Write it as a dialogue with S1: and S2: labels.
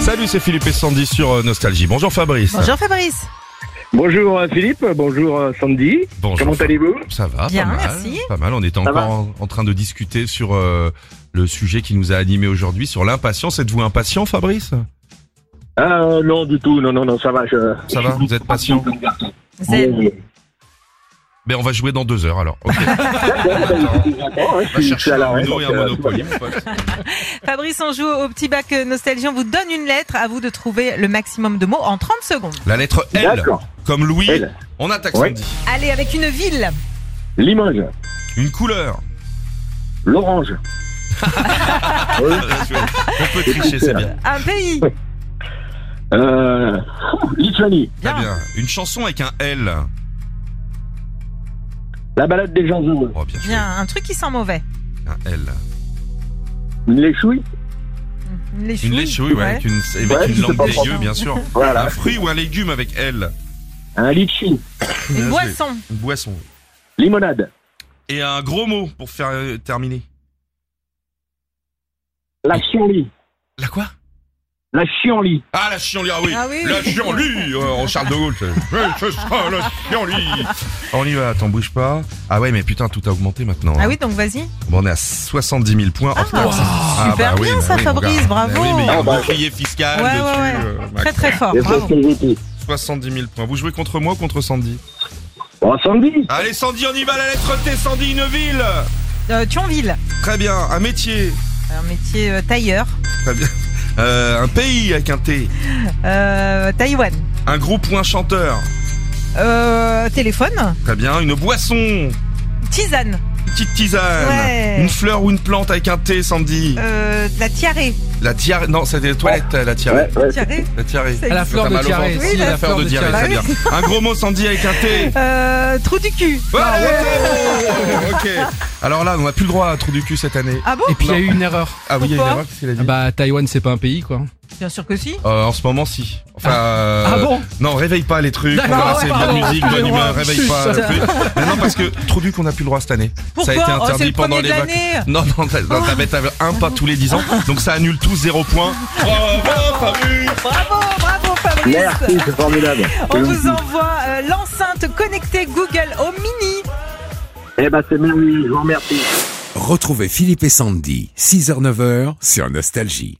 S1: Salut, c'est Philippe et Sandy sur euh, Nostalgie. Bonjour Fabrice.
S2: Bonjour Fabrice.
S3: Bonjour euh, Philippe, bonjour euh, Sandy.
S1: Bonjour.
S3: Comment allez-vous
S1: Ça va,
S2: Bien,
S1: pas mal.
S2: merci.
S1: Pas mal. On était
S3: Ça
S1: encore
S3: va
S1: en, en train de discuter sur euh, le sujet qui nous a animés aujourd'hui, sur l'impatience. Êtes-vous impatient, Fabrice
S3: Ah non du tout, non non non, ça va. Je...
S1: Ça va Vous êtes patient
S2: Vous êtes-
S3: Bon,
S1: Mais Ben, on va jouer dans deux heures alors. Ok.
S3: d'accord, hein,
S1: On va
S3: je suis- je suis
S1: chercher
S3: à
S1: un
S3: l'arrêt.
S1: Uno et un
S3: donc, euh,
S1: Monopoly. mon pote.
S2: Fabrice, on joue au petit bac euh, nostalgie. On vous donne une lettre. À vous de trouver le maximum de mots en 30 secondes.
S1: La lettre L,
S3: D'accord.
S1: comme Louis.
S3: L.
S1: On attaque
S3: Ouais.
S1: Sandy.
S2: Allez, avec une ville.
S3: Limoges,
S1: Une couleur.
S3: l'orange,
S1: Ah, Bien joué. on peut tricher, c'est bien.
S2: Un pays.
S3: euh, Lituanie,
S1: Très
S2: Bien.
S1: Ah, bien. Une chanson avec un L.
S3: la balade des gens heureux,
S1: Oh, bien joué.
S2: Bien, un truc qui sent mauvais.
S1: Un L.
S3: les chouilles,
S2: Une léchouille.
S1: Une léchouille, ouais, avec une, avec
S3: Ouais,
S1: une
S3: je sais
S1: langue
S3: pas
S1: dégueu,
S3: pourquoi.
S1: bien sûr.
S3: voilà,
S1: Un fruit ou un légume avec L.
S3: un litchi,
S2: Une
S1: Bien joué.
S2: boisson.
S1: Une boisson.
S3: limonade,
S1: Et un gros mot pour faire euh, terminer.
S3: la chienlit,
S1: La quoi
S3: la chienlit,
S1: Ah, la chienlit, ah oui.
S2: Ah oui.
S1: La chienlit, euh, en Charles de Gaulle. c'est- Ouais, ce sera la chienlit. On y va, t'en bouge pas. Ah ouais, mais putain, tout a augmenté maintenant. hein.
S2: Ah oui, donc vas-y.
S1: Bon, on est à 70 000 points. en
S2: Ah,
S1: retard.
S2: c'est
S1: Ah,
S2: super
S1: bah oui,
S2: bien,
S1: bah
S2: ça,
S1: oui, mon
S2: Fabrice,
S1: gars.
S2: bravo.
S1: Ah oui, mais il y a
S3: Ah,
S1: un
S3: bah.
S1: bouclier fiscal
S2: Ouais, ouais,
S1: dessus.
S2: ouais.
S1: euh,
S2: Très
S1: Macron.
S2: très fort.
S3: les
S2: Bravo.
S3: fausses j'étais.
S1: 70 000 points. Vous jouez contre moi ou contre Sandy
S3: Bon, Oh, Sandy,
S1: Allez, Sandy, on y va, la lettre T, Sandy, une ville
S2: Euh, Thionville.
S1: Très bien, un métier.
S2: Un métier euh, tailleur.
S1: Très bien. Euh, un pays avec un T.
S2: Euh, Taïwan.
S1: Un groupe ou un chanteur.
S2: Euh, téléphone.
S1: Très bien. Une boisson. Une
S2: Tisane.
S1: petite tisane.
S2: Ouais.
S1: Une fleur ou une plante avec un T, Sandy.
S2: Euh, de la tiarée.
S1: La tiare. Non, c'est des toilettes, la tiare.
S3: ouais, ouais.
S2: Tiarée.
S1: La tiare.
S2: c'est-
S4: À la fleur
S1: T'as
S4: de
S1: mal au ventre.
S4: diarrhée.
S2: Oui,
S4: si,
S2: la
S1: fleur de diarrhée,
S2: diarrhée.
S1: très bien. Un gros mot, Sandy, avec un T.
S2: Euh, trou du cul.
S1: Ouais, bravo, ok. Alors là, on n'a plus le drois à trou du cul cette année.
S2: Ah bon
S4: Et puis il y a eu une erreur.
S1: Ah oui, il y a une
S2: Pourquoi
S1: erreur, qu'est-ce qu'il a dit
S4: Bah Taïwan c'est pas un pays quoi.
S2: Bien sûr que si.
S1: Euh, En ce moment, si. Enfin. euh,
S4: Ah bon
S1: Non, réveille pas les trucs. On
S4: D'accord,
S1: verra,
S4: ouais,
S1: c'est
S4: pardon.
S1: bonne musique, bonne
S4: Excusez-moi.
S1: humeur. Réveille pas.
S4: Putain.
S1: le truc. Mais non, parce que trop du qu'on a plus le droit cette année.
S2: Pourquoi
S1: ça a été
S2: Oh,
S1: interdit
S2: c'est le
S1: pendant
S2: premier
S1: les
S2: de
S1: vacances.
S2: l'année.
S1: Non, non, t'as- non, t'avais t'avais un pas tous les 10 ans. Donc ça annule tout, zéro point. Bravo, Fabrice.
S2: Bravo, bravo Fabrice.
S3: merci, c'est formidable.
S2: On vous envoie euh, l'enceinte connectée Google Home Mini.
S3: Eh ben c'est merveilleux, je vous remercie.
S5: Retrouvez Philippe et Sandy, 6h-9h sur Nostalgie.